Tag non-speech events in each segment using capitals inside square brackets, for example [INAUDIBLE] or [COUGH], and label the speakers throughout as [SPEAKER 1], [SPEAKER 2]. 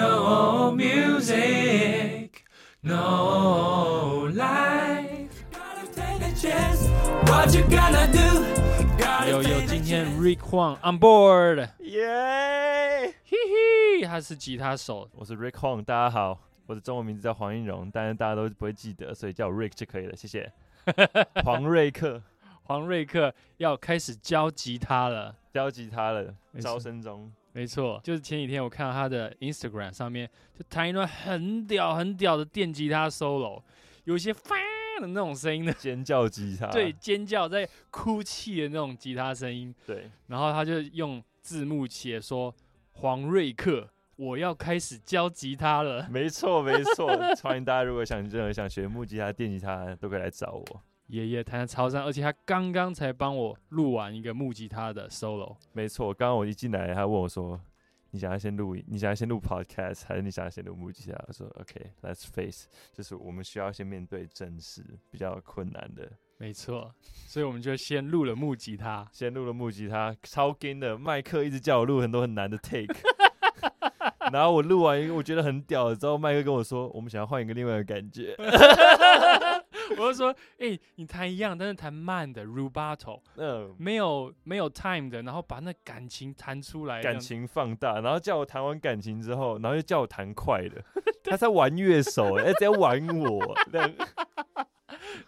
[SPEAKER 1] No music, no life. Gotta take a chance. What you gonna do? Gotta
[SPEAKER 2] 有
[SPEAKER 1] take
[SPEAKER 2] 有
[SPEAKER 1] a，
[SPEAKER 2] 今天
[SPEAKER 1] chance.
[SPEAKER 2] Rick Huang on board，
[SPEAKER 3] 耶！
[SPEAKER 2] 嘿嘿，他是吉他手，
[SPEAKER 3] 我是 Rick Hong，大家好，我的中文名字叫黄映荣，但是大家都不会记得，所以叫我 Rick 就可以了，谢谢。黄瑞克
[SPEAKER 2] 黄瑞克要开始教吉他了。
[SPEAKER 3] 教吉他了，
[SPEAKER 2] 没事
[SPEAKER 3] 招生中。
[SPEAKER 2] 没错，就是前几天我看到他的 Instagram 上面就弹一段很屌很屌的电吉他 solo，有一些发的那种声音的，
[SPEAKER 3] 尖叫吉他，
[SPEAKER 2] 对，尖叫在哭泣的那种吉他声音，
[SPEAKER 3] 对，
[SPEAKER 2] 然后他就用字幕写说黄瑞克，我要开始教吉他了。
[SPEAKER 3] 没错没错。欢迎大家如果想任何想学木吉他、电吉他，都可以来找我。
[SPEAKER 2] 爷爷弹的超赞，而且他刚刚才帮我录完一个木吉他的 solo。
[SPEAKER 3] 没错，刚刚我一进来，他问我说：“你想要先录，你想要先录 podcast，还是你想要先录木吉他？”我说：“OK，let's、face，就是我们需要先面对正事，比较困难的
[SPEAKER 2] 没错，所以我们就先录了木吉他。
[SPEAKER 3] [LAUGHS] 先录了木吉他，超跟的麦克一直叫我录很多很难的
[SPEAKER 2] [LAUGHS]
[SPEAKER 3] take，然后我录完一个我觉得很屌的之后，麦克跟我说我们想要换一个另外的感
[SPEAKER 2] [LAUGHS]
[SPEAKER 3] 觉，
[SPEAKER 2] 我就说，哎、你弹一样，但是弹慢的 rubato，
[SPEAKER 3] 嗯，
[SPEAKER 2] 没有没有 time 的，然后把那感情弹出来。
[SPEAKER 3] 感，情放大，然后叫我弹完感情之后，然后又叫我弹快
[SPEAKER 2] [LAUGHS]
[SPEAKER 3] 的，他在玩乐手、欸，哎，在玩我，这样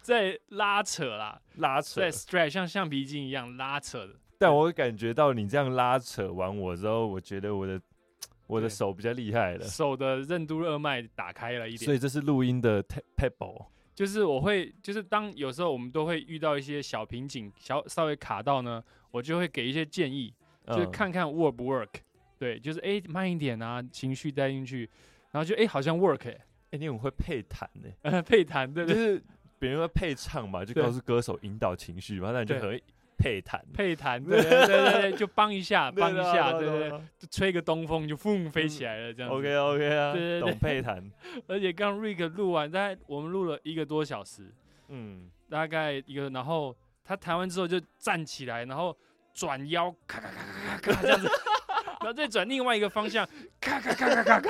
[SPEAKER 2] 在拉扯啦，
[SPEAKER 3] 拉扯
[SPEAKER 2] 在。stretch 像橡皮筋一样拉扯的。
[SPEAKER 3] 但我感觉到你这样拉扯完我之后，我觉得我的我的
[SPEAKER 2] 对
[SPEAKER 3] 手比较厉害了，
[SPEAKER 2] 手的任督二脉打开了一
[SPEAKER 3] 所
[SPEAKER 2] 点，
[SPEAKER 3] 以这是录音的 te- pebble，
[SPEAKER 2] 就是我会，就是当有时候我们都会遇到一些小瓶颈，小稍微卡到呢，我就会给一些建议，就是
[SPEAKER 3] 嗯
[SPEAKER 2] 看看 work 不 work，对，就是哎、慢一点啊，情绪带进去，然后就哎、好像 work 哎、
[SPEAKER 3] 欸你很会配弹呢、
[SPEAKER 2] 呃配弹对
[SPEAKER 3] 就
[SPEAKER 2] 对
[SPEAKER 3] 是别人会配唱嘛，就
[SPEAKER 2] 对
[SPEAKER 3] 告诉歌手引导情绪嘛，那你就
[SPEAKER 2] 对
[SPEAKER 3] 很会配弹，
[SPEAKER 2] 配弹对对对对对，就帮一下帮一下对对对，就吹个东风就嗡飞起来了这样子。
[SPEAKER 3] ，OK OK 啊，
[SPEAKER 2] 对对对
[SPEAKER 3] 懂配弹，
[SPEAKER 2] 而且刚 Rick 录完，大概我们录了一个多小时，
[SPEAKER 3] 嗯，
[SPEAKER 2] 大概一个，然后他弹完之后就站起来，然后转腰，咔咔咔咔咔这样子，然后再转另外一个方向，咔咔咔咔咔咔，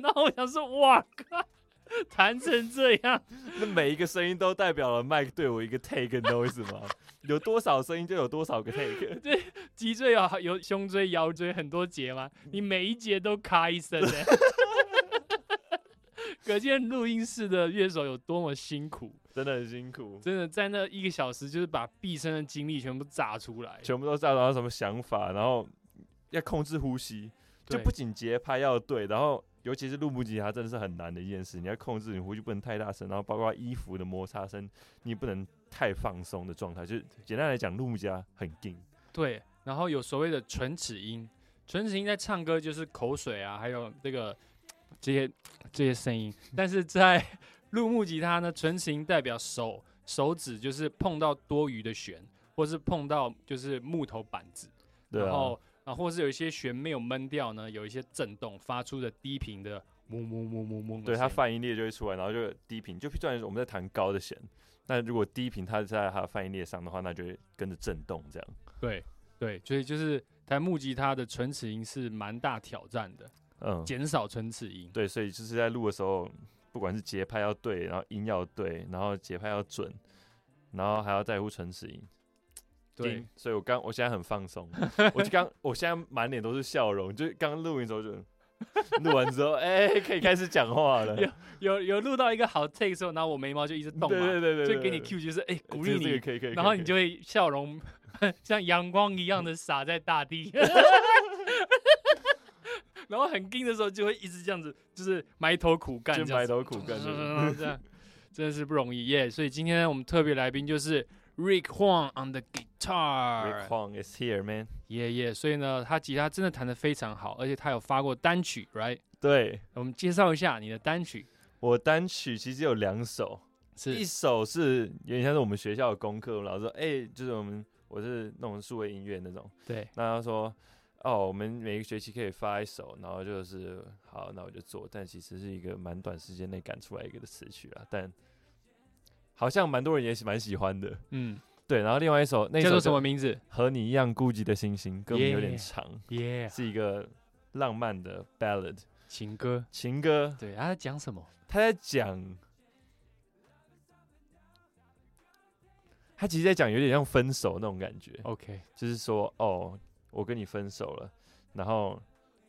[SPEAKER 2] 然后我想说，哇靠，弹成这样，
[SPEAKER 3] 那每一个声音都代表了麦对我一个 take noise [LAUGHS] 嘛，有多少声音就有多少个 take，
[SPEAKER 2] 脊椎有有胸椎、腰椎很多节嘛，
[SPEAKER 3] 嗯
[SPEAKER 2] 你每一节都咔一声 [LAUGHS] 的，可见录音室的乐手有多么辛苦，
[SPEAKER 3] 真的很辛苦，
[SPEAKER 2] 真的在那一个小时就是把毕生的精力全部榨出来，
[SPEAKER 3] 全部都知道然后什么想法，然后要控制呼吸，就
[SPEAKER 2] 对
[SPEAKER 3] 不仅节拍要对，然后。尤其是录木吉他，真的是很难的一件事。你要控制你呼吸不能太大声，然后包括衣服的摩擦声，你也不能太放松的状态。就是简单来讲，录木吉他很硬，
[SPEAKER 2] 对，然后有所谓的唇齿音，唇齿音在唱歌就是口水啊，还有这个这些这些声音，但是在录木吉他呢，唇齿音代表手手指就是碰到多余的弦，或是碰到就是木头板子，
[SPEAKER 3] 对啊
[SPEAKER 2] 然后啊，或是有一些弦没有闷掉呢，有一些震动发出的低频的嗡嗡嗡嗡嗡的
[SPEAKER 3] 对它
[SPEAKER 2] 声音
[SPEAKER 3] 泛音列就会出来，然后就低频，就虽然我们在弹高的弦，那如果低频它在它的泛音列上的话，那就会跟着震动这样。
[SPEAKER 2] 对对，所以就是弹木吉他的唇齿音是蛮大挑战的，
[SPEAKER 3] 嗯，
[SPEAKER 2] 减少唇齿音。
[SPEAKER 3] 对，所以就是在录的时候，不管是节拍要对，然后音要对，然后节拍要准，然后还要在乎唇齿音。
[SPEAKER 2] 对
[SPEAKER 3] 叮，所以我刚我现在很放 [LAUGHS] 松，我就刚我现在满脸都是笑容，就是刚录音的时候就录完之后，哎、可以开始讲话了。
[SPEAKER 2] 有有录到一个好 take 之后，然后我眉毛就一直动
[SPEAKER 3] 对
[SPEAKER 2] 嘛，
[SPEAKER 3] 对对对对，
[SPEAKER 2] 就给你
[SPEAKER 3] 对
[SPEAKER 2] Q 就是哎、鼓
[SPEAKER 3] 这
[SPEAKER 2] 励
[SPEAKER 3] 个这个
[SPEAKER 2] 你，
[SPEAKER 3] 可以可以，
[SPEAKER 2] 然
[SPEAKER 3] 可以
[SPEAKER 2] 后你
[SPEAKER 3] 可以
[SPEAKER 2] 就会笑容 [LAUGHS] 像阳光一样的洒在大
[SPEAKER 3] [LAUGHS]
[SPEAKER 2] 地， [LAUGHS] 然后很硬的时候就会一直这样子，就是埋头苦干
[SPEAKER 3] 就
[SPEAKER 2] 这
[SPEAKER 3] 埋
[SPEAKER 2] 样子，
[SPEAKER 3] 头苦
[SPEAKER 2] [LAUGHS]
[SPEAKER 3] 干，就是
[SPEAKER 2] 这样真的是不容易耶。所以今天呢，我们特别来宾就是 Rick Huang on the
[SPEAKER 3] Rick
[SPEAKER 2] guitar，
[SPEAKER 3] Huang is here, man。
[SPEAKER 2] 耶耶。所以呢，他吉他真的弹得非常好，而且他有发过单曲，right？
[SPEAKER 3] 对，
[SPEAKER 2] 我们介绍一下你的单曲
[SPEAKER 3] 我单曲其实有两首，
[SPEAKER 2] 是
[SPEAKER 3] 一首是有点像是我们学校的功课，我们老师说，哎、就是我们我是那种数位音乐那种，
[SPEAKER 2] 对。
[SPEAKER 3] 那他说，哦，我们每个学期可以发一首，然后就是好，那我就做，但其实是一个蛮短时间内赶出来一个的词曲啊，但好像蛮多人也是蛮喜欢的，
[SPEAKER 2] 嗯，
[SPEAKER 3] 对，然后另外一首那一
[SPEAKER 2] 叫
[SPEAKER 3] 首
[SPEAKER 2] 做什么名字？
[SPEAKER 3] 和你一样孤寂的星星，歌名有点
[SPEAKER 2] Yeah
[SPEAKER 3] 长
[SPEAKER 2] 耶、
[SPEAKER 3] 是一个浪漫的 ballad。
[SPEAKER 2] 情歌，
[SPEAKER 3] 情歌，
[SPEAKER 2] 对，他在讲什么？
[SPEAKER 3] 他在讲，他其实在讲有点像分手那种感觉，
[SPEAKER 2] OK，
[SPEAKER 3] 就是说哦，我跟你分手了，然后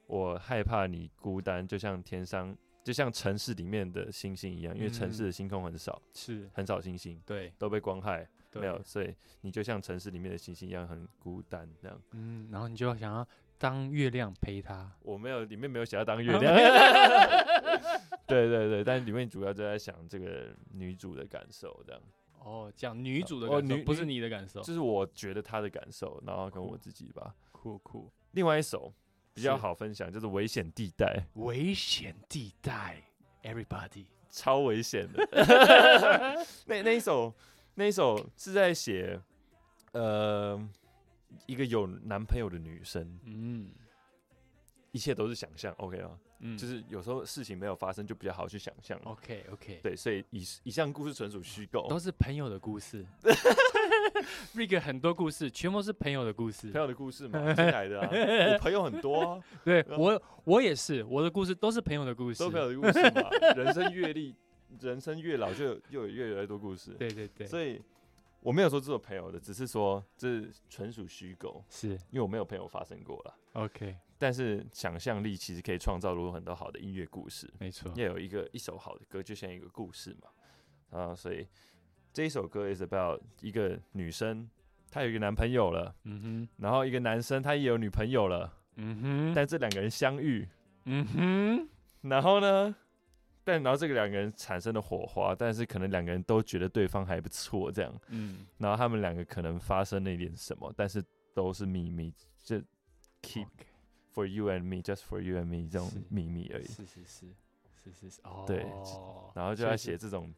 [SPEAKER 3] 我害怕你孤单，就像天上，就像城市里面的星星一样，因为
[SPEAKER 2] 嗯
[SPEAKER 3] 城市的星空很少，
[SPEAKER 2] 是
[SPEAKER 3] 很少星星
[SPEAKER 2] 对，
[SPEAKER 3] 都被光害。
[SPEAKER 2] 对
[SPEAKER 3] 没有，，所以你就像城市里面的星星一样很孤单这样。
[SPEAKER 2] 嗯，然后你就想要当月亮陪他，
[SPEAKER 3] 我没有，里面没有想要当
[SPEAKER 2] [LAUGHS]
[SPEAKER 3] 月亮。 [LAUGHS] 对对对，但里面主要就在想这个女主的感受，这样
[SPEAKER 2] 哦，讲女主的
[SPEAKER 3] 哦
[SPEAKER 2] 感受，
[SPEAKER 3] 女
[SPEAKER 2] 不是
[SPEAKER 3] 女
[SPEAKER 2] 你的感受，
[SPEAKER 3] 就是我觉得她的感受，然后跟我自己吧。
[SPEAKER 2] 酷酷，
[SPEAKER 3] 另外一首比
[SPEAKER 2] 哦
[SPEAKER 3] 较
[SPEAKER 2] 是
[SPEAKER 3] 好分享，就是《危险地带》，
[SPEAKER 2] 危险地带，everybody，
[SPEAKER 3] 超危险
[SPEAKER 2] [LAUGHS]
[SPEAKER 3] 的。那那一首，那一首是在写，呃，一个有男朋友的女生，
[SPEAKER 2] 嗯
[SPEAKER 3] 一切都是想象，OK 吗？
[SPEAKER 2] 嗯，
[SPEAKER 3] 就是有时候事情没有发生，就比较好去想象。
[SPEAKER 2] OK OK，
[SPEAKER 3] 对，所以以以上故事纯属虚构，
[SPEAKER 2] 都是朋友的故 [LAUGHS] 事。Rig 很多故事，全部是朋友的故事
[SPEAKER 3] 朋。友的
[SPEAKER 2] [LAUGHS]
[SPEAKER 3] 故事嘛，新来的啊，我朋友很多、啊，
[SPEAKER 2] 对我，我也是，我的故事都是朋友的故事
[SPEAKER 3] 都。朋友的故事
[SPEAKER 2] [LAUGHS]
[SPEAKER 3] 嘛。人生阅历，人生越老就有又有越来越多故事。
[SPEAKER 2] 对对对，
[SPEAKER 3] 所以我没有说这种朋友的，只是说这纯属虚构，
[SPEAKER 2] 是
[SPEAKER 3] 因为我没有朋友发生过了。
[SPEAKER 2] OK，
[SPEAKER 3] 但是想象力其实可以创造出很多好的音乐故事，
[SPEAKER 2] 没错。
[SPEAKER 3] 要有一个一首好的歌，就像一个故事嘛。啊，所以这一首歌 is about 一个女生，她有一个男朋友了，
[SPEAKER 2] 嗯哼，
[SPEAKER 3] 然后一个男生他也有女朋友了，
[SPEAKER 2] 嗯哼，
[SPEAKER 3] 但这两个人相遇，
[SPEAKER 2] 嗯哼，
[SPEAKER 3] 然后呢，但然后这个两个人产生了火花，但是可能两个人都觉得对方还不错，这样，
[SPEAKER 2] 嗯
[SPEAKER 3] 然后他们两个可能发生了一点什么，但是都是秘密，就 keep
[SPEAKER 2] ，OK，
[SPEAKER 3] for you and me, just for you and me 这种
[SPEAKER 2] 是
[SPEAKER 3] 秘密而已。
[SPEAKER 2] 是是是是是是，哦，
[SPEAKER 3] 对然后就
[SPEAKER 2] 确
[SPEAKER 3] 要
[SPEAKER 2] 实
[SPEAKER 3] 写这种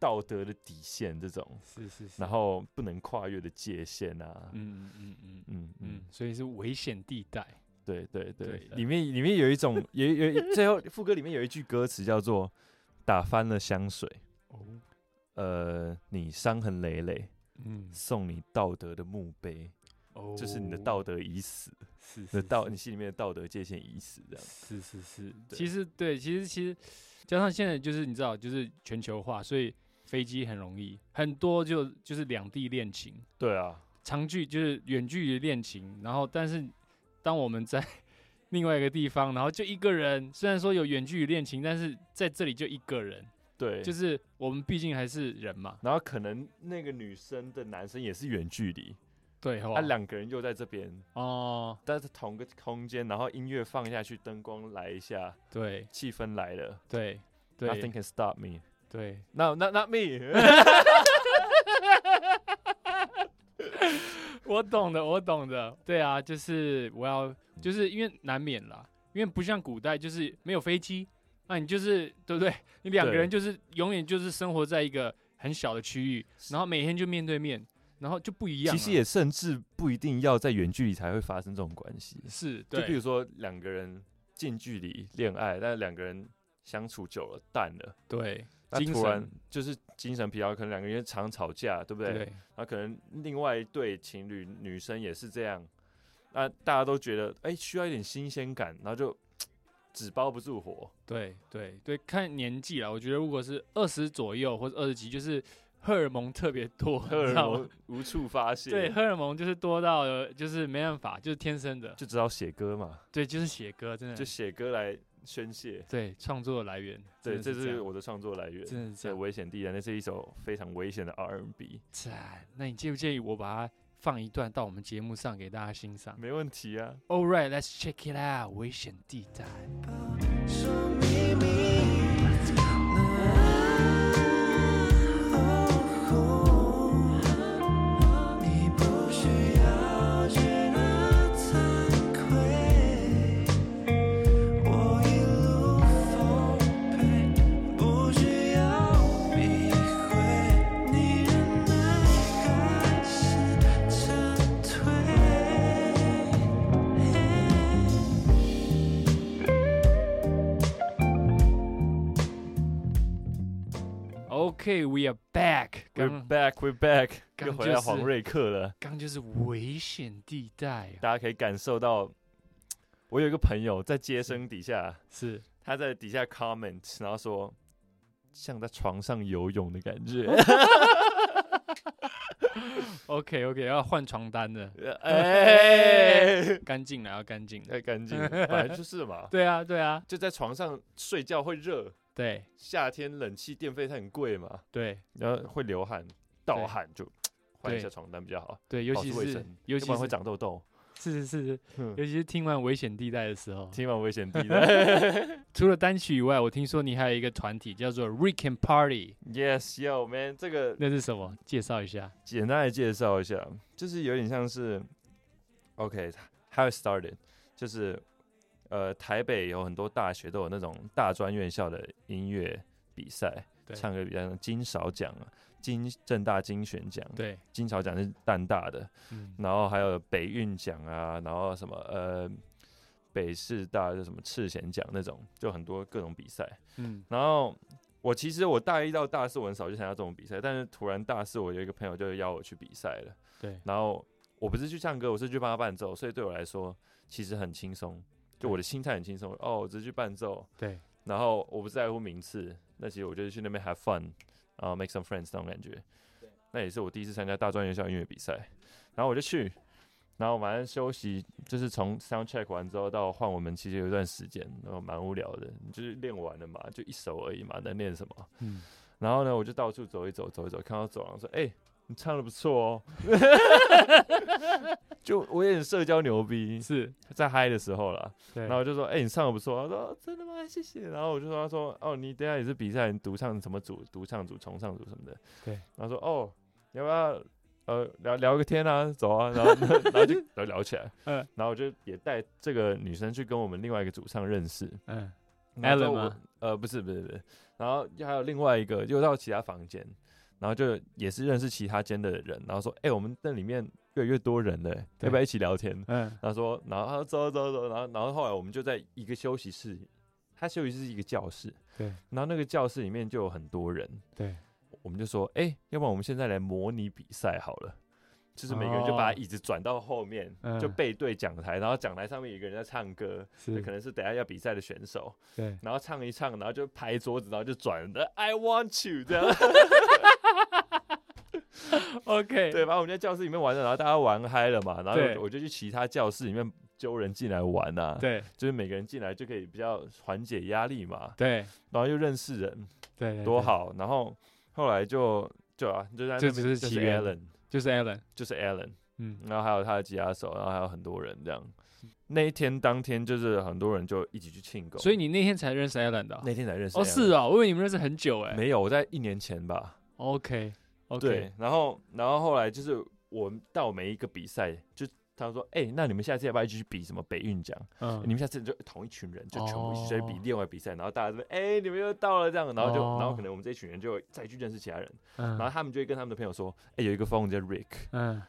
[SPEAKER 3] 道德的底线，这种，
[SPEAKER 2] 是是是，
[SPEAKER 3] 然后不能跨越的界限啊。嗯
[SPEAKER 2] 嗯嗯嗯嗯
[SPEAKER 3] 嗯
[SPEAKER 2] 嗯，所以是危险地带。
[SPEAKER 3] 对对对
[SPEAKER 2] 对，的
[SPEAKER 3] 里面里面有一种，有
[SPEAKER 2] [LAUGHS]
[SPEAKER 3] 有有最后副歌里面有一句歌词叫做“打翻了香水”。
[SPEAKER 2] 哦，
[SPEAKER 3] 呃，你伤痕累累，
[SPEAKER 2] 嗯，
[SPEAKER 3] 送你道德的墓碑，
[SPEAKER 2] 哦，
[SPEAKER 3] 就是你的道德已
[SPEAKER 2] [LAUGHS]
[SPEAKER 3] 死，
[SPEAKER 2] 是
[SPEAKER 3] 你的
[SPEAKER 2] 是
[SPEAKER 3] 道
[SPEAKER 2] 是
[SPEAKER 3] 你心里面的道德界限已死，这样。
[SPEAKER 2] 是是是，
[SPEAKER 3] 对
[SPEAKER 2] 其实对，其实其实加上现在就是你知道，就是全球化，所以飞机很容易，很多就就是两地恋情，
[SPEAKER 3] 对啊，
[SPEAKER 2] 长距就是远距离恋情，然后但是当我们在 [LAUGHS] 另外一个地方，然后就一个人，虽然说有远距离恋情，但是在这里就一个人，
[SPEAKER 3] 对，。
[SPEAKER 2] 就是是我们毕竟还是人嘛，
[SPEAKER 3] 然后可能那个女生的男生也是远距离，
[SPEAKER 2] 对吼，
[SPEAKER 3] 他啊两个人又在这边，
[SPEAKER 2] 哦，
[SPEAKER 3] 但是同个空间，然后音乐放下去，灯光来一下，
[SPEAKER 2] 对
[SPEAKER 3] 气氛来了
[SPEAKER 2] 对
[SPEAKER 3] ，Nothing
[SPEAKER 2] 对
[SPEAKER 3] can stop me。
[SPEAKER 2] 对，
[SPEAKER 3] No, not not me
[SPEAKER 2] [LAUGHS] 我懂的，我懂的。对啊，就是我要，就是因为难免啦，因为不像古代，就是没有飞机，那你就是对不对？你两个
[SPEAKER 3] 对
[SPEAKER 2] 人就是永远就是生活在一个很小的区域，然后每天就面对面，然后就不 [LAUGHS] 一样啊。
[SPEAKER 3] 其实也甚至不一定要在远距离才会发生这种关系。
[SPEAKER 2] 是，
[SPEAKER 3] 就
[SPEAKER 2] 对，
[SPEAKER 3] 比如说两个人近距离恋爱，但是两个人相处久了淡了，
[SPEAKER 2] 对，
[SPEAKER 3] 那
[SPEAKER 2] 精
[SPEAKER 3] 突然
[SPEAKER 2] 神
[SPEAKER 3] 就是精神疲劳，可能两个人常吵架，对不对？
[SPEAKER 2] 对
[SPEAKER 3] 那可能另外一对情侣女生也是这样，那大家都觉得哎、需要一点新鲜感，然后就纸包不
[SPEAKER 2] [LAUGHS]
[SPEAKER 3] 住火，
[SPEAKER 2] 对对对，看年纪啦，我觉得如果是二十左右或者二十几，就是荷尔蒙特别多，
[SPEAKER 3] [LAUGHS] 荷尔
[SPEAKER 2] 你知道吗
[SPEAKER 3] 蒙无处发泄，
[SPEAKER 2] 对，荷尔蒙就是多到了就是没办法，就是天生的。
[SPEAKER 3] 就只好写歌嘛，
[SPEAKER 2] 对，就是写歌，真的
[SPEAKER 3] 就写歌来宣泄。
[SPEAKER 2] 对，创作的来源，真
[SPEAKER 3] 对，
[SPEAKER 2] 的
[SPEAKER 3] 这
[SPEAKER 2] 这
[SPEAKER 3] 是
[SPEAKER 2] 样
[SPEAKER 3] 我的创作来源。
[SPEAKER 2] 真的是这
[SPEAKER 3] 在
[SPEAKER 2] 样。
[SPEAKER 3] 危险地带，那是一首非常危险的 R&B，
[SPEAKER 2] 赞，那你介不介意我把它放一段到我们节目上给大家欣赏
[SPEAKER 3] 没问题啊。
[SPEAKER 2] ？All right, let's check it out。危险地带，
[SPEAKER 1] 说秘密，你不需要觉得惭愧，我一路奉陪，不需要避讳，你忍耐还是撤退？
[SPEAKER 2] OK，we、are back。
[SPEAKER 3] We're
[SPEAKER 2] 刚
[SPEAKER 3] back, we're back，
[SPEAKER 2] 刚
[SPEAKER 3] 又回到
[SPEAKER 2] 就是
[SPEAKER 3] 黄瑞克了。
[SPEAKER 2] 刚就是危险地带啊，
[SPEAKER 3] 大家可以感受到，我有一个朋友在街声底下，
[SPEAKER 2] 是
[SPEAKER 3] 他在底下 comment，然后说像在床上游泳的感
[SPEAKER 2] [LAUGHS]
[SPEAKER 3] 觉。
[SPEAKER 2] OK OK，要换床单的，
[SPEAKER 3] 哎，
[SPEAKER 2] 干净了要干净了。
[SPEAKER 3] 太
[SPEAKER 2] [LAUGHS]
[SPEAKER 3] 干净了，本来就是嘛。
[SPEAKER 2] 对啊对啊，
[SPEAKER 3] 就在床上睡觉会热，
[SPEAKER 2] 对
[SPEAKER 3] 夏天冷气电费它很贵嘛，
[SPEAKER 2] 对
[SPEAKER 3] 然后会流汗、盗
[SPEAKER 2] 对
[SPEAKER 3] 汗，就换一
[SPEAKER 2] 对
[SPEAKER 3] 下床单比较好，
[SPEAKER 2] 对，尤
[SPEAKER 3] 保
[SPEAKER 2] 其
[SPEAKER 3] 持卫
[SPEAKER 2] 是
[SPEAKER 3] 生，
[SPEAKER 2] 尤
[SPEAKER 3] 要
[SPEAKER 2] 其
[SPEAKER 3] 不然会
[SPEAKER 2] 是
[SPEAKER 3] 长
[SPEAKER 2] [LAUGHS]
[SPEAKER 3] 痘痘。
[SPEAKER 2] 是是是，
[SPEAKER 3] 嗯
[SPEAKER 2] 尤其是听完《危险地带》的时候，
[SPEAKER 3] [LAUGHS] 听完危险
[SPEAKER 2] [LAUGHS]
[SPEAKER 3] 地 [LAUGHS] 带
[SPEAKER 2] 除了单曲以外，我听说你还有一个团体叫做 Rick and Party，
[SPEAKER 3] ，Yes yo man，这个
[SPEAKER 2] 那是什么？介绍一下。
[SPEAKER 3] 简单的介绍一下，就是有点像是，OK，how、it started，就是呃，台北有很多大学都有那种大专院校的音乐比赛，
[SPEAKER 2] 对
[SPEAKER 3] 唱歌比赛，金勺奖啊，金正大金选奖，
[SPEAKER 2] 对，
[SPEAKER 3] 金勺奖是淡大的，
[SPEAKER 2] 嗯，
[SPEAKER 3] 然后还有北运奖啊，然后什么呃，北师大的什么赤贤奖那种，就很多各种比赛。
[SPEAKER 2] 嗯
[SPEAKER 3] 然后我其实我大一到大四我很少去参加这种比赛，但是突然大四我有一个朋友就邀我去比赛了，
[SPEAKER 2] 对
[SPEAKER 3] 然后我不是去唱歌，我是去帮他伴奏，所以对我来说其实很轻松，就我的心态很轻松。哦，我只是去伴奏，
[SPEAKER 2] 对，
[SPEAKER 3] 然后我不在乎名次，那其实我就是去那边 have fun，然后 make some friends 那种感觉。那也是我第一次参加大专院校音乐比赛，然后我就去，然后晚上休息，就是从 sound check 完之后到换我们，其实有一段时间，然后蛮无聊的，就是练完了嘛，就一首而已嘛，能练什么？
[SPEAKER 2] 嗯，
[SPEAKER 3] 然后呢，我就到处走一走，走一走，看到走廊说：“哎、你唱的不错哦。” [LAUGHS] 就我有点社交牛逼，
[SPEAKER 2] 是，
[SPEAKER 3] 在嗨的时候啦。
[SPEAKER 2] 对
[SPEAKER 3] 然后我就说：“哎、你唱的不错。”他说哦：“真的吗？谢谢。”然后我就说：“他说哦，你等一下也是比赛，你独唱什么组、独唱组、重唱组什么的。”
[SPEAKER 2] 对。
[SPEAKER 3] 然后说：“哦，你要不要呃聊聊个天啊？走啊。”然后 [LAUGHS] 然后就然后聊起来。
[SPEAKER 2] [LAUGHS] 嗯
[SPEAKER 3] 然后我就也带这个女生去跟我们另外一个主唱认识。
[SPEAKER 2] 嗯，
[SPEAKER 3] 然后之后
[SPEAKER 2] Alan
[SPEAKER 3] 我
[SPEAKER 2] 吗？
[SPEAKER 3] 呃，不是不是不是。然后还有另外一个又到其他房间，然后就也是认识其他间的人，然后说：“哎、我们那里面越来越多人了、要不
[SPEAKER 2] 对
[SPEAKER 3] 要一起聊天？”
[SPEAKER 2] 嗯，
[SPEAKER 3] 他说，然后他说走走走，然后然后后来我们就在一个休息室，他休息室是一个教室，
[SPEAKER 2] 对
[SPEAKER 3] 然后那个教室里面就有很多人，
[SPEAKER 2] 对，
[SPEAKER 3] 我们就说，哎、要不然我们现在来模拟比赛好了，就是每个人就把
[SPEAKER 2] 哦
[SPEAKER 3] 椅子转到后面，就
[SPEAKER 2] 嗯
[SPEAKER 3] 背对讲台，然后讲台上面有一个人在唱歌，
[SPEAKER 2] 是
[SPEAKER 3] 可能是等一下要比赛的选手，
[SPEAKER 2] 对，
[SPEAKER 3] 然后唱一唱，然后就拍桌子，然后就转的 I want you
[SPEAKER 2] [LAUGHS]
[SPEAKER 3] 这样，
[SPEAKER 2] [LAUGHS] OK，
[SPEAKER 3] 对，把我们在教室里面玩的，然后大家玩嗨了嘛，然后我
[SPEAKER 2] 对
[SPEAKER 3] 就我就去其他教室里面揪人进来玩啊，
[SPEAKER 2] 对
[SPEAKER 3] 就是每个人进来就可以比较缓解压力嘛，
[SPEAKER 2] 对
[SPEAKER 3] 然后又认识人，
[SPEAKER 2] 对对，
[SPEAKER 3] 多好。然后后来就就啊，就在那
[SPEAKER 2] 这
[SPEAKER 3] 边
[SPEAKER 2] 只是
[SPEAKER 3] 就
[SPEAKER 2] 起
[SPEAKER 3] 是
[SPEAKER 2] 源
[SPEAKER 3] Alan，
[SPEAKER 2] 对，就是 Alan，
[SPEAKER 3] 就是 Alan，
[SPEAKER 2] 嗯，
[SPEAKER 3] 然后还有他的吉他手，然后还有很多人这样。那一天当天就是很多人就一起去庆功，
[SPEAKER 2] 嗯
[SPEAKER 3] 啊
[SPEAKER 2] 所以你那天才认识 Alan 的哦？
[SPEAKER 3] 那天才认识。
[SPEAKER 2] 哦，是，哦，我以为你们认识很久哎。
[SPEAKER 3] 没有，我在一年前吧。
[SPEAKER 2] OK OK，
[SPEAKER 3] 对，然后然后后来就是我到每一个比赛就。他说：“哎、那你们下次要不要一起去比什么北运奖？
[SPEAKER 2] 嗯
[SPEAKER 3] 你们下次就同一群人，就全部一起去比
[SPEAKER 2] 哦
[SPEAKER 3] 另外比赛，然后大家就说哎，你们又到了这样，然后就，然后
[SPEAKER 2] 哦
[SPEAKER 3] 可能我们这一群人就再去认识其他人，然后
[SPEAKER 2] 嗯
[SPEAKER 3] 他们就会跟他们的朋友说，哎，有一个疯人叫 Rick，you
[SPEAKER 2] 嗯，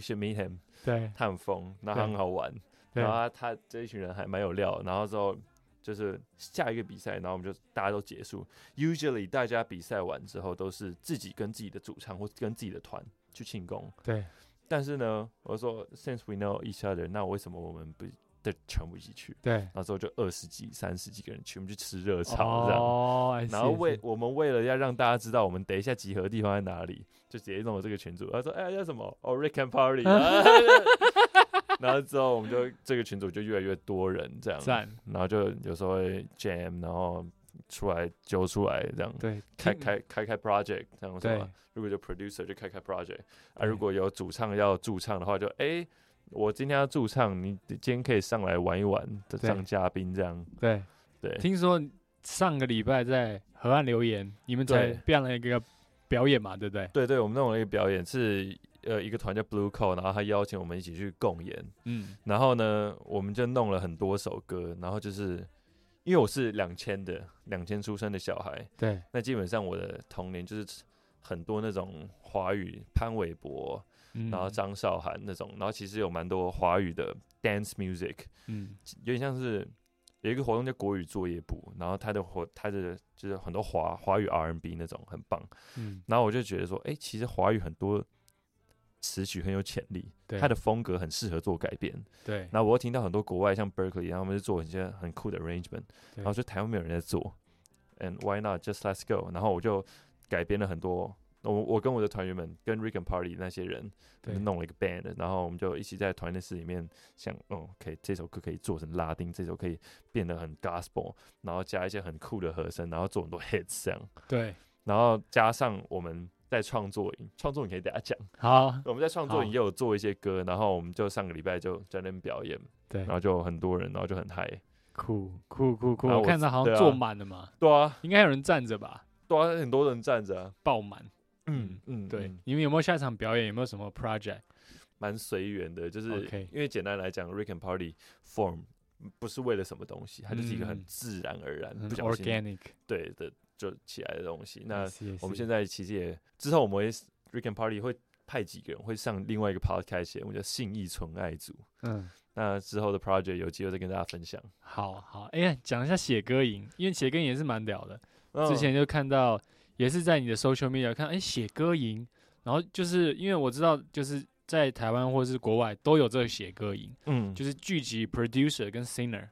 [SPEAKER 3] should meet him，
[SPEAKER 2] 对
[SPEAKER 3] 他很疯，然后他
[SPEAKER 2] 对
[SPEAKER 3] 很好玩，
[SPEAKER 2] 对
[SPEAKER 3] 然后他他这一群人还蛮有料，然后之后就是下一个比赛，然后我们就大家都结束，usually 大家比赛完之后都是自己跟自己的主唱或跟自己的团去庆功，
[SPEAKER 2] 对，
[SPEAKER 3] 但是呢，我说 since we know each other，那为什么我们不的全部一起去？
[SPEAKER 2] 对，
[SPEAKER 3] 然后之后就二十几、三十几个人全部去吃热炒这样。
[SPEAKER 2] 哦，I
[SPEAKER 3] 然后
[SPEAKER 2] see，I
[SPEAKER 3] 为
[SPEAKER 2] see
[SPEAKER 3] 我们为了要让大家知道我们等一下集合的地方在哪里，就直接弄了这个群组。他说：“哎、叫什么？哦，Rick
[SPEAKER 2] [LAUGHS]
[SPEAKER 3] and Party。然 [LAUGHS] 后”然后之后我们就这个群组就越来越多人这样，
[SPEAKER 2] 赞，
[SPEAKER 3] 然后就有时候会 jam，然后出来揪出来这样，
[SPEAKER 2] 对，
[SPEAKER 3] 开
[SPEAKER 2] 听
[SPEAKER 3] 开开开 project 这样啊什
[SPEAKER 2] 对
[SPEAKER 3] 么。如果有 producer 就开开 project，啊，
[SPEAKER 2] 对
[SPEAKER 3] 如果有主唱要驻唱的话就，哎，我今天要驻唱，你今天可以上来玩一玩，
[SPEAKER 2] 对
[SPEAKER 3] 当嘉宾这样。
[SPEAKER 2] 对，
[SPEAKER 3] 对，
[SPEAKER 2] 听说上个礼拜在河岸留言，你们才
[SPEAKER 3] 对
[SPEAKER 2] 办了一个表演嘛，对不对？
[SPEAKER 3] 对对，我们弄了一个表演，是呃一个团叫 Blue Code，然后他邀请我们一起去共演，
[SPEAKER 2] 嗯，
[SPEAKER 3] 然后呢，我们就弄了很多首歌，然后就是因为我是两千的两千出生的小孩，
[SPEAKER 2] 对，
[SPEAKER 3] 那基本上我的童年就是很多那种华语潘玮柏，
[SPEAKER 2] 嗯
[SPEAKER 3] 然后张韶涵那种，然后其实有蛮多华语的 dance music，
[SPEAKER 2] 嗯，
[SPEAKER 3] 有点像是。有一个活动叫国语作业部，然后他的活他的就是很多华华语 R&B 那种很棒，
[SPEAKER 2] 嗯
[SPEAKER 3] 然后我就觉得说，哎、其实华语很多词曲很有潜力，
[SPEAKER 2] 对
[SPEAKER 3] 它的风格很适合做改编。
[SPEAKER 2] 对，
[SPEAKER 3] 然后我又听到很多国外像 Berkeley，然后他们就做一些很酷的 arrangement，
[SPEAKER 2] 对
[SPEAKER 3] 然后就台湾没有人在做，and why not just let's go？然后我就改编了很多，我我跟我的团员们跟 Rick and Party 那些人，我
[SPEAKER 2] 对
[SPEAKER 3] 们弄了一个 band，然后我们就一起在团练室里面想，哦，可以这首歌可以做成拉丁，这首可以变得很 gospel，然后加一些很酷的和声，然后做很多 hits 这样，
[SPEAKER 2] 对，
[SPEAKER 3] 然后加上我们在创作营，创作营可以大家讲。
[SPEAKER 2] 好，
[SPEAKER 3] 我们在创作
[SPEAKER 2] 好
[SPEAKER 3] 营也有做一些歌，然后我们就上个礼拜就在那边表演，
[SPEAKER 2] 对
[SPEAKER 3] 然后就很多人，然后就很嗨，
[SPEAKER 2] 酷酷酷酷，
[SPEAKER 3] 然后
[SPEAKER 2] 我
[SPEAKER 3] 我
[SPEAKER 2] 看他好
[SPEAKER 3] 对
[SPEAKER 2] 像
[SPEAKER 3] 啊
[SPEAKER 2] 坐满了嘛，
[SPEAKER 3] 对啊，
[SPEAKER 2] 应该有人站着吧，
[SPEAKER 3] 对啊，很多人站着啊、
[SPEAKER 2] 爆满。
[SPEAKER 3] 嗯嗯，
[SPEAKER 2] 对
[SPEAKER 3] 嗯，
[SPEAKER 2] 你们有没有下一场表演？有没有什么 project？
[SPEAKER 3] 蛮随缘的，就是
[SPEAKER 2] OK
[SPEAKER 3] 因为简单来讲，Rick and Party form 不是为了什么东西，它就是一个很
[SPEAKER 2] 嗯
[SPEAKER 3] 自然而然、
[SPEAKER 2] 很
[SPEAKER 3] 不小心
[SPEAKER 2] organic。
[SPEAKER 3] 对的就起来的东西。那我们现
[SPEAKER 2] 在
[SPEAKER 3] 在其实也之后我们会 Rick and Party 会派几个人会上另外一个 podcast 节目叫信义纯爱组，
[SPEAKER 2] 嗯，
[SPEAKER 3] 那之后的 project 有机会再跟大家分享。
[SPEAKER 2] 好好，哎呀，讲一下写歌营，因为写歌营也是蛮屌的。
[SPEAKER 3] 嗯
[SPEAKER 2] 之前就看到，也是在你的 social media 看，哎，写歌营，然后就是因为我知道，就是在台湾或是国外都有这个写歌营，
[SPEAKER 3] 嗯
[SPEAKER 2] 就是聚集 producer 跟 singer，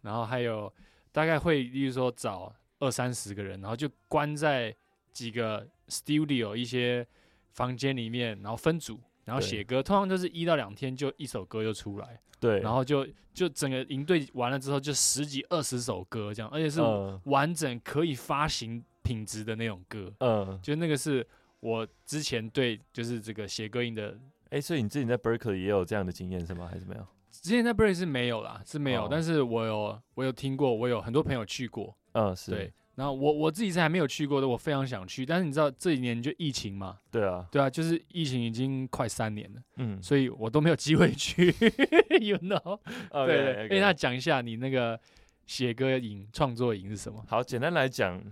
[SPEAKER 2] 然后还有大概会，例如说找二三十个人，然后就关在几个 studio 一些房间里面，然后分组，然后
[SPEAKER 3] 对
[SPEAKER 2] 写歌，通常就是一到两天就一首歌就出来，
[SPEAKER 3] 对，
[SPEAKER 2] 然后就就整个营队完了之后就十几二十首歌这样，而且是
[SPEAKER 3] 嗯
[SPEAKER 2] 完整可以发行品质的那种歌，
[SPEAKER 3] 嗯，
[SPEAKER 2] 就那个是我之前对就是这个写歌营的
[SPEAKER 3] 哎、所以你自己在 Berkeley 也有这样的经验是吗？还是没有？
[SPEAKER 2] 之前在 b r a 是没有啦，是没有，
[SPEAKER 3] 哦
[SPEAKER 2] 但是我有我有听过，我有很多朋友去过，
[SPEAKER 3] 嗯，是，
[SPEAKER 2] 呃对。然后我我自己是还没有去过的，我非常想去，但是你知道这几年就疫情嘛，
[SPEAKER 3] 对啊，
[SPEAKER 2] 对啊，就是疫情已经快三年了，
[SPEAKER 3] 嗯，
[SPEAKER 2] 所以我都没有机会去 [LAUGHS] ，you know？
[SPEAKER 3] 以
[SPEAKER 2] 对对，哎，那讲一下你那个写歌营、创作营是什么？
[SPEAKER 3] 好，简单来讲，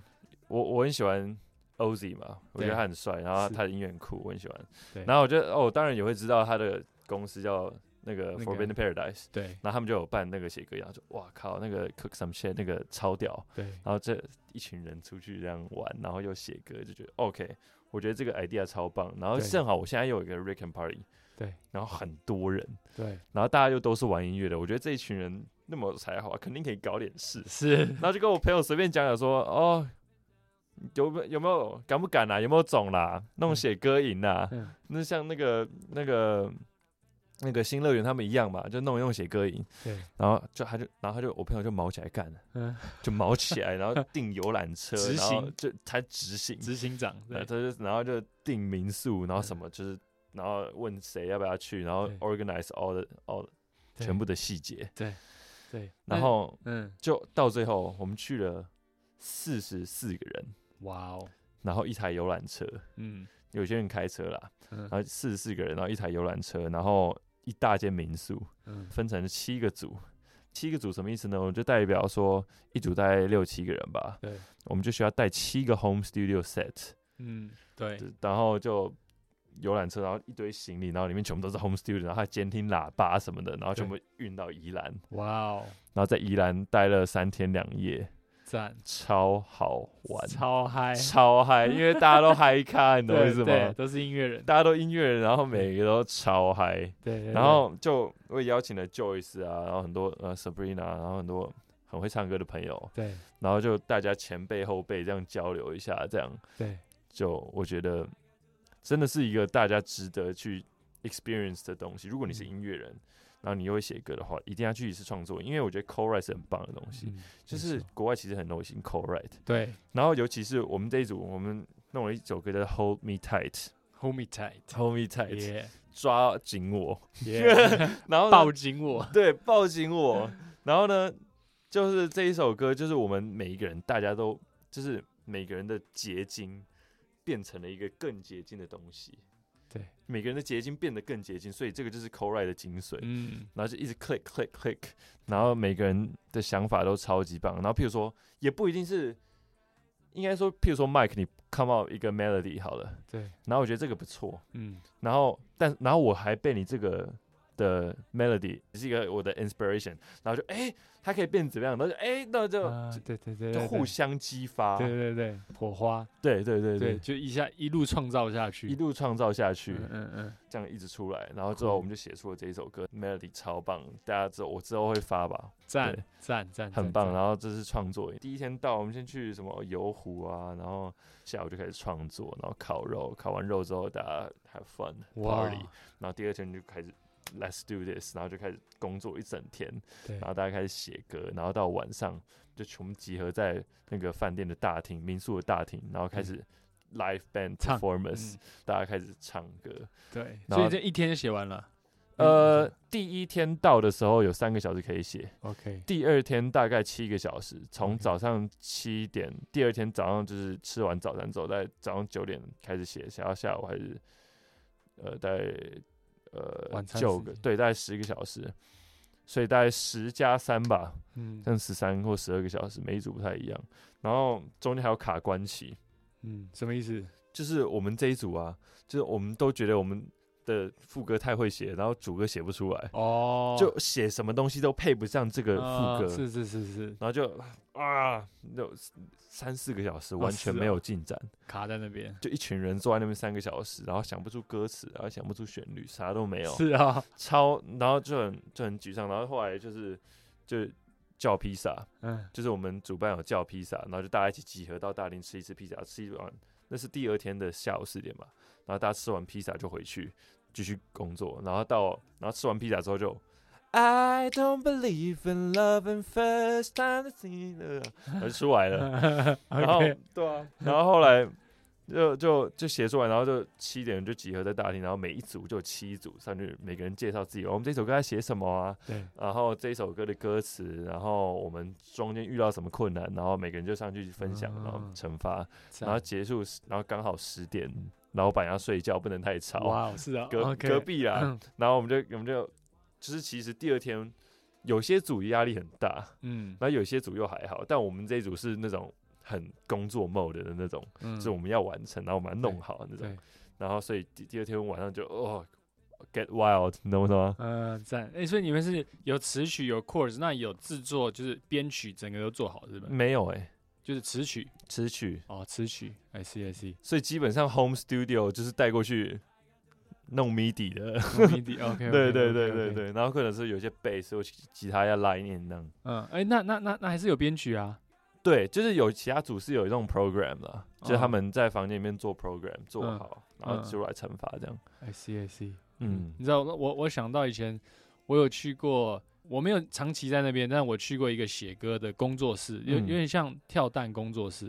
[SPEAKER 3] 我我很喜欢 Ozzy 嘛，我觉得
[SPEAKER 2] 对
[SPEAKER 3] 他很帅，然后
[SPEAKER 2] 是
[SPEAKER 3] 他的音乐很酷，我很喜欢。
[SPEAKER 2] 对
[SPEAKER 3] 然后我觉得哦，我当然也会知道他的公司叫那个
[SPEAKER 2] 那个
[SPEAKER 3] Forbidden Paradise，
[SPEAKER 2] 对
[SPEAKER 3] 然后他们就有办那个写歌，然后就哇靠，那个 Cook Some Shit 那个超屌，
[SPEAKER 2] 对
[SPEAKER 3] 然后这一群人出去这样玩，然后又写歌，就觉得 OK，我觉得这个 idea 超棒。然后
[SPEAKER 2] 对
[SPEAKER 3] 正好我现在又有一个 Rick and Party，
[SPEAKER 2] 对，
[SPEAKER 3] 然后很多人。
[SPEAKER 2] 对，。
[SPEAKER 3] 然后大家又都是玩音乐的，我觉得这一群人那么有才华，肯定可以搞点事
[SPEAKER 2] 是，
[SPEAKER 3] 然后就跟我朋友随便讲讲说，哦，有没有没有敢不敢啊啦、有没有种啦、那种
[SPEAKER 2] 嗯
[SPEAKER 3] 写歌营啦、
[SPEAKER 2] 嗯
[SPEAKER 3] 那像那个那个那个新乐园他们一样嘛，就弄一弄写歌营，
[SPEAKER 2] 对，
[SPEAKER 3] 然后就他就然后他就我朋友就毛起来干了，
[SPEAKER 2] 嗯，
[SPEAKER 3] 就毛起来，
[SPEAKER 2] [LAUGHS]
[SPEAKER 3] 然后订游览车，
[SPEAKER 2] 执
[SPEAKER 3] 然后
[SPEAKER 2] 行
[SPEAKER 3] 就才执行，
[SPEAKER 2] 执行长，
[SPEAKER 3] 对，
[SPEAKER 2] 对
[SPEAKER 3] 他就然后就订民宿，然后什么就是，然后问谁要不要去，然后
[SPEAKER 2] 对
[SPEAKER 3] organize all the all
[SPEAKER 2] 对
[SPEAKER 3] 全部的细节，
[SPEAKER 2] 对，
[SPEAKER 3] 然
[SPEAKER 2] 那
[SPEAKER 3] 后
[SPEAKER 2] 嗯，
[SPEAKER 3] 就到最后我们去了四十四个人，
[SPEAKER 2] 哇哦，
[SPEAKER 3] 然后一台游览车，
[SPEAKER 2] 嗯
[SPEAKER 3] 有些人开车啦，
[SPEAKER 2] 嗯
[SPEAKER 3] 然后四十四个人，然后一台游览车，然后一大间民宿，
[SPEAKER 2] 嗯，
[SPEAKER 3] 分成七个组。七个组什么意思呢？我就代表说一组大概六七个人吧，
[SPEAKER 2] 对，
[SPEAKER 3] 我们就需要带七个 home studio set，
[SPEAKER 2] 嗯对，
[SPEAKER 3] 对然后就游览车，然后一堆行李，然后里面全部都是 home studio，然后还监听喇叭什么的，然后全部运到宜兰，
[SPEAKER 2] 哇哦，
[SPEAKER 3] 然后在宜兰待了三天两夜，
[SPEAKER 2] 赞，
[SPEAKER 3] 超好玩，
[SPEAKER 2] 超嗨，
[SPEAKER 3] 超嗨，因为大家都嗨咖，你懂我
[SPEAKER 2] 对
[SPEAKER 3] 意思
[SPEAKER 2] 对
[SPEAKER 3] 吗？
[SPEAKER 2] 都是音乐人，
[SPEAKER 3] 大家都音乐人，然后每个都超嗨，
[SPEAKER 2] 对，对
[SPEAKER 3] 然后就我也邀请了 Joyce 啊，然后很多呃 Sabrina，然后很多很会唱歌的朋友，
[SPEAKER 2] 对
[SPEAKER 3] 然后就大家前辈后辈这样交流一下，这样
[SPEAKER 2] 对
[SPEAKER 3] 就我觉得真的是一个大家值得去 experience 的东西。如果你是
[SPEAKER 2] 嗯
[SPEAKER 3] 音乐人，然后你又会写歌的话，一定要去一次创作，因为我觉得 co-write 是很棒的东西。
[SPEAKER 2] 嗯
[SPEAKER 3] 就是
[SPEAKER 2] 没错
[SPEAKER 3] 国外其实很流行 co-write，
[SPEAKER 2] 对
[SPEAKER 3] 然后尤其是我们这一组，我们弄了一首歌叫《Hold Me Tight
[SPEAKER 2] ，Hold me tight，》
[SPEAKER 3] [LAUGHS] ，Hold Me Tight，
[SPEAKER 2] 耶
[SPEAKER 3] 抓紧我， [LAUGHS]
[SPEAKER 2] 耶，
[SPEAKER 3] 然后
[SPEAKER 2] [LAUGHS]
[SPEAKER 3] 呢
[SPEAKER 2] 抱紧我，
[SPEAKER 3] 对抱紧我，然后呢，就是这一首歌，就是我们每一个人，大家都就是每个人的结晶变成了一个更结晶的东西，
[SPEAKER 2] 对，
[SPEAKER 3] 每个人的结晶变得更结晶，所以这个就是 co-write 的精髓。
[SPEAKER 2] 嗯，
[SPEAKER 3] 然后就一直 click click click，然后每个人的想法都超级棒。然后譬如说，也不一定是，应该说，譬如说 Mike，你 come out 一个 melody 好了，
[SPEAKER 2] 对，
[SPEAKER 3] 然后我觉得这个不错，
[SPEAKER 2] 嗯
[SPEAKER 3] 然后但然后我还被你这个的 melody 是一个我的 inspiration，然后就哎、它可以变怎么样，然后就哎、那就、
[SPEAKER 2] 啊，对对对，
[SPEAKER 3] 就
[SPEAKER 2] 对
[SPEAKER 3] 互，相激发，
[SPEAKER 2] 对对对对，火花，
[SPEAKER 3] 对对对
[SPEAKER 2] 对，就一下一路创造下去，
[SPEAKER 3] 一路创造下去，
[SPEAKER 2] 嗯嗯嗯，
[SPEAKER 3] 这样一直出来，然后之后我们就写出了这一首歌，melody 超棒，大家之后我之后会发吧，
[SPEAKER 2] 赞
[SPEAKER 3] 对
[SPEAKER 2] 赞赞，
[SPEAKER 3] 很
[SPEAKER 2] 赞
[SPEAKER 3] 棒。啊
[SPEAKER 2] 赞
[SPEAKER 3] 然后这是创作，第一天到，我们先去什么游湖啊，然后下午就开始创作，然后烤肉，烤完肉之后大家 have fun
[SPEAKER 2] 哇哦
[SPEAKER 3] party，然后第二天就开始 let's do this，然后就开始工作一整天，
[SPEAKER 2] 对
[SPEAKER 3] 然后大家开始写歌，然后到晚上就全部集合在那个饭店的大厅、民宿的大厅，然后开始 live band
[SPEAKER 2] 唱嗯
[SPEAKER 3] performance，、大家开始唱歌。
[SPEAKER 2] 对，
[SPEAKER 3] 然
[SPEAKER 2] 所以
[SPEAKER 3] 后
[SPEAKER 2] 这一天就写完了。
[SPEAKER 3] 呃
[SPEAKER 2] 嗯，
[SPEAKER 3] 第一天到的时候有三个小时可以写，
[SPEAKER 2] ，OK，
[SPEAKER 3] 第二天大概七个小时，从
[SPEAKER 2] OK
[SPEAKER 3] 早上七点，第二天早上就是吃完早餐之后，在早上九点开始写，写到下午还是呃大概呃
[SPEAKER 2] 晚餐
[SPEAKER 3] 九
[SPEAKER 2] 时
[SPEAKER 3] 个
[SPEAKER 2] 间
[SPEAKER 3] 对，大概十个小时，所以大概十加三吧，
[SPEAKER 2] 嗯
[SPEAKER 3] 像十三或十二个小时，每一组不太一样。然后中间还有卡关期，
[SPEAKER 2] 嗯，什么意思？
[SPEAKER 3] 就是我们这一组啊，就是我们都觉得我们的副歌太会写，然后主歌写不出来，
[SPEAKER 2] 哦，
[SPEAKER 3] 就写什么东西都配不上这个
[SPEAKER 2] 啊
[SPEAKER 3] 副歌。
[SPEAKER 2] 是是是是，
[SPEAKER 3] 然后就啊，有三四个小时完全
[SPEAKER 2] 是
[SPEAKER 3] 没
[SPEAKER 2] 哦
[SPEAKER 3] 有进展，
[SPEAKER 2] 卡在那边。
[SPEAKER 3] 就一群人坐在那边三个小时，然后想不出歌词，然后想不出旋律，啥都没有，
[SPEAKER 2] 是啊，
[SPEAKER 3] 超，然后就很就很沮丧，然后后来就是就叫披萨，
[SPEAKER 2] 嗯，
[SPEAKER 3] 就是我们主办有叫披萨，然后就大家一起集合到大林吃一次披萨，吃完那是第二天的下午四点嘛，然后大家吃完披萨就回去继续工作，然后到然后吃完披萨之后就 I don't believe in love and first time to see you，然后 [LAUGHS] 就出来了，然后
[SPEAKER 2] 嗯 OK，
[SPEAKER 3] 对啊， [LAUGHS] 然后后来。就就就写出来，然后就七点就集合在大厅，然后每一组就有七组上去，每个人介绍自己，哦我们这首歌在写什么啊，
[SPEAKER 2] 对，
[SPEAKER 3] 然后这一首歌的歌词，然后我们中间遇到什么困难，然后每个人就上去分享，然后
[SPEAKER 2] 嗯
[SPEAKER 3] 惩罚，
[SPEAKER 2] 赞
[SPEAKER 3] 然后结束时，然后刚好十点，老板要睡觉，不能太吵，
[SPEAKER 2] 哇哦，是啊，
[SPEAKER 3] 隔
[SPEAKER 2] OK
[SPEAKER 3] 隔壁啦，
[SPEAKER 2] 嗯
[SPEAKER 3] [LAUGHS] 然后我们就我们就就是其实第二天有些组压力很大，
[SPEAKER 2] 嗯
[SPEAKER 3] 然后有些组又还好，但我们这一组是那种很工作 mode 的那种，
[SPEAKER 2] 嗯，
[SPEAKER 3] 就是我们要完成，然后我们要弄好那种
[SPEAKER 2] 对，，
[SPEAKER 3] 然后所以第第二天晚上就哦 get wild，你懂不懂啊？
[SPEAKER 2] 嗯，赞。哎，所以你们是有词曲有 chords，那有制作就是编曲，整个都做好是吧？
[SPEAKER 3] 没有哎、
[SPEAKER 2] 就是词曲
[SPEAKER 3] 词曲。
[SPEAKER 2] 哦，词曲，I see I
[SPEAKER 3] [LAUGHS]
[SPEAKER 2] see
[SPEAKER 3] 所以基本上 home studio 就是带过去弄 MIDI 的，
[SPEAKER 2] 哦。MIDI OK，
[SPEAKER 3] [LAUGHS] 对对对对对，然后可能是有些 bass 或吉他要拉一点那样。
[SPEAKER 2] 嗯，哎，那那那那还是有编曲啊，
[SPEAKER 3] 对，就是有其他组是有这种 program 啦，就是他
[SPEAKER 2] 嗯
[SPEAKER 3] 们在房间里面做 program 做
[SPEAKER 2] 嗯
[SPEAKER 3] 好，然后
[SPEAKER 2] 嗯
[SPEAKER 3] 出来惩罚这样。
[SPEAKER 2] I see I see。嗯
[SPEAKER 3] 嗯，
[SPEAKER 2] 你知道我我想到以前我有去过，我没有长期在那边，但我去过一个写歌的工作室，有
[SPEAKER 3] 嗯
[SPEAKER 2] 有点像跳蛋工作室，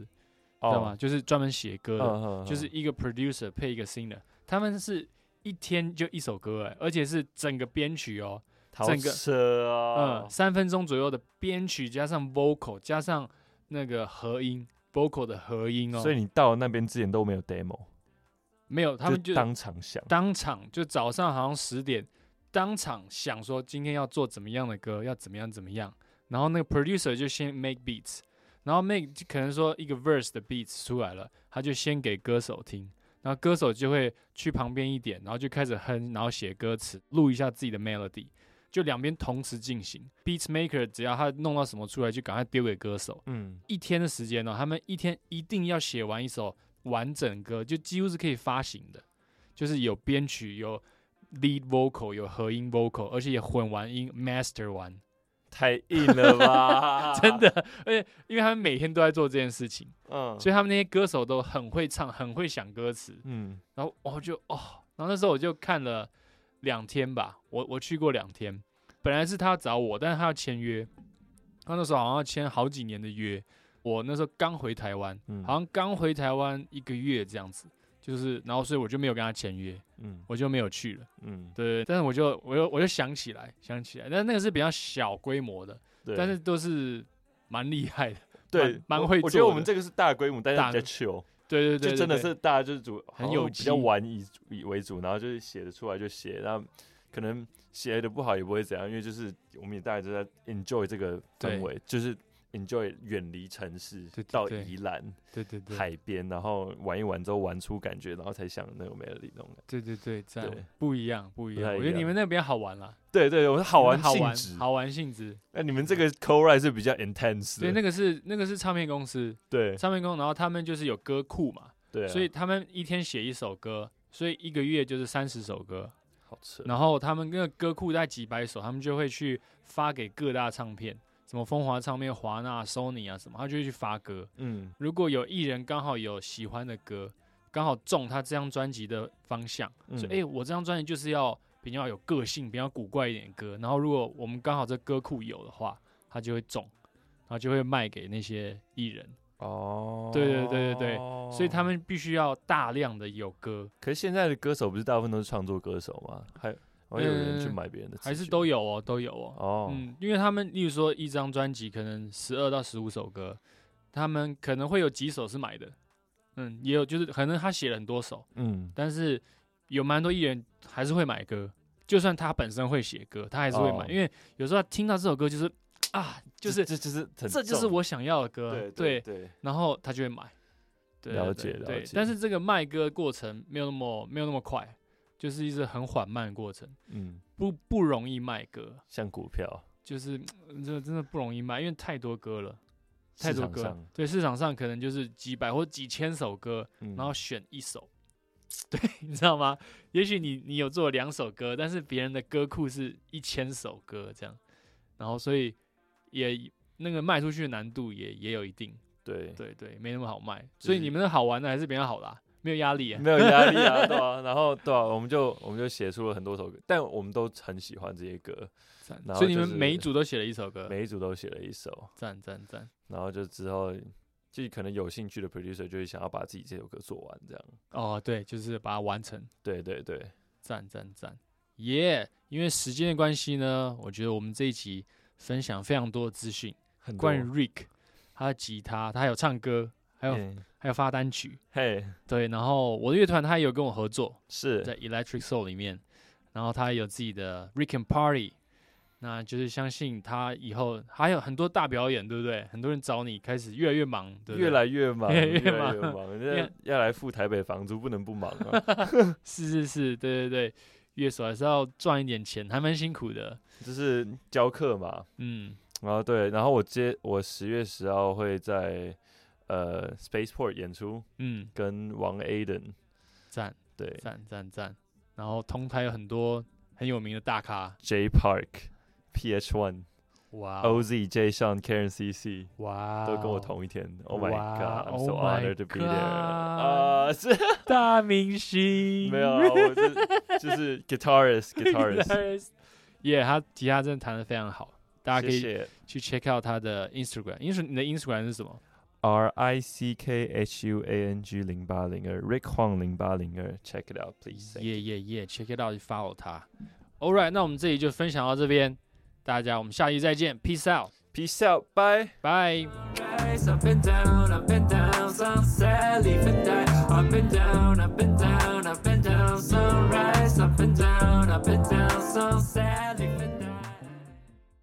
[SPEAKER 3] 哦
[SPEAKER 2] 知道吗？？就是专门写歌的，
[SPEAKER 3] 嗯
[SPEAKER 2] 就是一个 producer 配一个 singer，他们是一天就一首歌、哎，而且是整个编曲哦，
[SPEAKER 3] 逃
[SPEAKER 2] 整个
[SPEAKER 3] 车啊
[SPEAKER 2] 嗯，，三分钟左右的编曲加上 vocal 加上那个合音 vocal 的合音哦，
[SPEAKER 3] 所以你到那边之前都没有 demo，
[SPEAKER 2] 没有他们就
[SPEAKER 3] 当场想。
[SPEAKER 2] 当场就早上好像十点，当场想说今天要做怎么样的歌，要怎么样怎么样，然后那个 producer 就先 make beats，然后 make 就可能说一个 verse 的 beats 出来了，他就先给歌手听，然后歌手就会去旁边一点，然后就开始哼，然后写歌词，录一下自己的 melody。就两边同时进行，beats maker 只要他弄到什么出来，就赶快丢给歌手。
[SPEAKER 3] 嗯，
[SPEAKER 2] 一天的时间哦，他们一天一定要写完一首完整歌，就几乎是可以发行的，就是有编曲、有 lead vocal、有合音 vocal，而且也混完音 master 完，？
[SPEAKER 3] 太硬了吧
[SPEAKER 2] [LAUGHS] 真，的，而且因为他们每天都在做这件事情，
[SPEAKER 3] 嗯，
[SPEAKER 2] 所以他们那些歌手都很会唱、很会想歌词，
[SPEAKER 3] 嗯，
[SPEAKER 2] 然后我就哦，然后那时候我就看了两天吧，我我去过两天，本来是他要找我，但是他要签约，他那时候好像要签好几年的约，我那时候刚回台湾，
[SPEAKER 3] 嗯
[SPEAKER 2] 好像刚回台湾一个月这样子，就是然后所以我就没有跟他签约，
[SPEAKER 3] 嗯
[SPEAKER 2] 我就没有去了，
[SPEAKER 3] 嗯，
[SPEAKER 2] 对，但是我就我又我就想起来想起来，但那个是比较小规模的，
[SPEAKER 3] 对
[SPEAKER 2] 但是都是蛮厉害的，
[SPEAKER 3] 对
[SPEAKER 2] 蛮蛮
[SPEAKER 3] 我
[SPEAKER 2] 会
[SPEAKER 3] 我觉得我
[SPEAKER 2] 做
[SPEAKER 3] 们
[SPEAKER 2] 的
[SPEAKER 3] 这个是大规模，但是
[SPEAKER 2] 大
[SPEAKER 3] 比较 chill。
[SPEAKER 2] 对对对
[SPEAKER 3] 就
[SPEAKER 2] 对
[SPEAKER 3] 真的
[SPEAKER 2] 对
[SPEAKER 3] 是大家就是主
[SPEAKER 2] 很
[SPEAKER 3] 好
[SPEAKER 2] 有
[SPEAKER 3] 像比较
[SPEAKER 2] 机
[SPEAKER 3] 玩以以为主，然后就是写的出来就写，然后可能写的不好也不会怎样，因为就是我们也大家都在 enjoy 这个
[SPEAKER 2] 对
[SPEAKER 3] 氛围，就是 enjoy 远离城市，
[SPEAKER 2] 对对
[SPEAKER 3] 到
[SPEAKER 2] 对
[SPEAKER 3] 宜兰
[SPEAKER 2] 对对对，
[SPEAKER 3] 海边，然后玩一玩之后玩出感觉，然后才想那个美丽那种感觉。 [LAUGHS]
[SPEAKER 2] 对对对，这
[SPEAKER 3] 对
[SPEAKER 2] 样不一样不一
[SPEAKER 3] 不
[SPEAKER 2] 样。
[SPEAKER 3] 太
[SPEAKER 2] 我
[SPEAKER 3] 一
[SPEAKER 2] 觉得你
[SPEAKER 3] 样
[SPEAKER 2] 们那边好玩啦，
[SPEAKER 3] 对对，我是好
[SPEAKER 2] 你们
[SPEAKER 3] 玩
[SPEAKER 2] 好
[SPEAKER 3] 性
[SPEAKER 2] 玩
[SPEAKER 3] 质。
[SPEAKER 2] 好玩性质。
[SPEAKER 3] 那你们这个 co ride 是比较 intense
[SPEAKER 2] 对，
[SPEAKER 3] 的，
[SPEAKER 2] 那个是那个是唱片公司，
[SPEAKER 3] 对
[SPEAKER 2] 唱片公司，然后他们就是有歌库嘛，
[SPEAKER 3] 对啊，
[SPEAKER 2] 所以他们一天写一首歌，所以一个月就是三十首歌，
[SPEAKER 3] 好吃。
[SPEAKER 2] 然后他们那个歌库在几百首，他们就会去发给各大唱片，什么风华唱片、华纳、Sony 啊什么，他就会去发歌。
[SPEAKER 3] 嗯，
[SPEAKER 2] 如果有艺人刚好有喜欢的歌，刚好中他这张专辑的方向，
[SPEAKER 3] 嗯
[SPEAKER 2] 所以哎、诶我这张专辑就是要比较有个性、比较古怪一点的歌。然后如果我们刚好这歌库有的话，他就会中，然后就会卖给那些艺人。
[SPEAKER 3] 哦，
[SPEAKER 2] 对对对对对
[SPEAKER 3] 对
[SPEAKER 2] 所以他，们必须要大量的有歌，
[SPEAKER 3] 可是现在的歌手不是大部分都是创作歌手吗？还还有人去
[SPEAKER 2] 嗯
[SPEAKER 3] 买别人的词曲，
[SPEAKER 2] 还是都有哦，都有哦。
[SPEAKER 3] 哦，
[SPEAKER 2] 嗯，因为他们，例如说一张专辑可能十二到十五首歌，他们可能会有几首是买的，嗯，也有就是可能他写了很多首，
[SPEAKER 3] 嗯，
[SPEAKER 2] 但是有蛮多艺人还是会买歌，就算他本身会写歌，他还是会买，
[SPEAKER 3] 哦
[SPEAKER 2] 因为有时候他听到这首歌就是啊，就是
[SPEAKER 3] 这这就是很
[SPEAKER 2] 这就是
[SPEAKER 3] 重
[SPEAKER 2] 我想要的歌，对
[SPEAKER 3] 对对，
[SPEAKER 2] 然后他就会买。对对
[SPEAKER 3] 了解了
[SPEAKER 2] 对
[SPEAKER 3] 解
[SPEAKER 2] 但是这个卖歌过程没有那么没有那么快，就是一直很缓慢的过程，
[SPEAKER 3] 嗯，
[SPEAKER 2] 不不容易卖歌，
[SPEAKER 3] 像股票
[SPEAKER 2] 就是嗯这真的不容易卖，因为太多歌了，太
[SPEAKER 3] 市
[SPEAKER 2] 多
[SPEAKER 3] 场
[SPEAKER 2] 歌
[SPEAKER 3] 上
[SPEAKER 2] 了，对，市场上可能就是几百或几千首歌，
[SPEAKER 3] 嗯
[SPEAKER 2] 然后选一首， [LAUGHS] 对，你知道吗？也许你你有做两首歌，但是别人的歌库是一千首歌这样，然后所以也那个卖出去的难度也也有一定，
[SPEAKER 3] 对
[SPEAKER 2] 对对，没那么好卖，
[SPEAKER 3] 就
[SPEAKER 2] 所以
[SPEAKER 3] 是
[SPEAKER 2] 你们的好玩的还是比较好啦，没有压力、啊，
[SPEAKER 3] 没有压力啊，对啊，然后对啊，我们就我们就写出了很多首歌，但我们都很喜欢这些歌，
[SPEAKER 2] 赞
[SPEAKER 3] 然后
[SPEAKER 2] 所以你
[SPEAKER 3] 就
[SPEAKER 2] 们
[SPEAKER 3] 是
[SPEAKER 2] 每一组都写了一首歌，
[SPEAKER 3] 每一组都写了一首，
[SPEAKER 2] 赞赞赞，
[SPEAKER 3] 然后就之后就可能有兴趣的 producer 就会想要把自己这首歌做完，这样，
[SPEAKER 2] 哦，对，就是把它完成。
[SPEAKER 3] 对对对，
[SPEAKER 2] 赞赞赞，耶、因为时间的关系呢，我觉得我们这一集分享非常多的资讯，
[SPEAKER 3] 很多
[SPEAKER 2] 关于 Rick 他的吉他，他还有唱歌，还有、
[SPEAKER 3] 嗯
[SPEAKER 2] 还有发单曲，
[SPEAKER 3] 嘿
[SPEAKER 2] 对。然后我的乐团他也有跟我合作，
[SPEAKER 3] 是
[SPEAKER 2] 在 Electric Soul 里面，然后他也有自己的 Rick and Party，那就是相信他以后还有很多大表演，对不对？很多人找你，开始越来越忙，对不对？
[SPEAKER 3] 越来越
[SPEAKER 2] [LAUGHS]
[SPEAKER 3] 忙，
[SPEAKER 2] 越来越
[SPEAKER 3] 越来
[SPEAKER 2] 忙
[SPEAKER 3] 越忙，
[SPEAKER 2] 你
[SPEAKER 3] 人
[SPEAKER 2] 看
[SPEAKER 3] 家要来付台北房租，不能不忙
[SPEAKER 2] [LAUGHS]
[SPEAKER 3] 啊，
[SPEAKER 2] 是是是，对对对，乐手还是要赚一点钱，还蛮辛苦的，
[SPEAKER 3] 就是教课嘛，
[SPEAKER 2] 嗯。
[SPEAKER 3] 然后对，然后我接我十月十号会在呃 Spaceport 演出，
[SPEAKER 2] 嗯，
[SPEAKER 3] 跟王 Aden
[SPEAKER 2] 赞
[SPEAKER 3] 对
[SPEAKER 2] 赞赞赞。然后同台有很多很有名的大咖，
[SPEAKER 3] J Park、PH One、
[SPEAKER 2] 哇
[SPEAKER 3] OZ、J Sean、Karen CC
[SPEAKER 2] 哇，
[SPEAKER 3] 都跟我同一天。Oh my
[SPEAKER 2] 哇
[SPEAKER 3] god! I'm
[SPEAKER 2] 啊 Oh
[SPEAKER 3] so
[SPEAKER 2] my
[SPEAKER 3] honored to be there.
[SPEAKER 2] god
[SPEAKER 3] 啊，是
[SPEAKER 2] 大明星，
[SPEAKER 3] 没有啊，我是就是
[SPEAKER 2] [LAUGHS]
[SPEAKER 3] guitarist guitarist。
[SPEAKER 2] guitarist，耶，他吉他真的弹得非常好，大家可
[SPEAKER 3] 谢
[SPEAKER 2] 以
[SPEAKER 3] 谢
[SPEAKER 2] 去 check out 他的 Instagram，Inst 你的 Instagram 是什么？
[SPEAKER 3] R I C K H U A N G 零八零二 Er, Rick Huang 零八零二，check Er. it out please. thank you.
[SPEAKER 2] 耶耶耶，check it out，去 follow 他。All right，那我们这里就分享到这边，大家我们下期再见，peace
[SPEAKER 3] Peace out, bye.
[SPEAKER 2] out，bye。
[SPEAKER 1] Rise up and down, up and down, sunset, leave and die. Up and down, up and down, up and down, sunrise, up and down, up and down, sunset.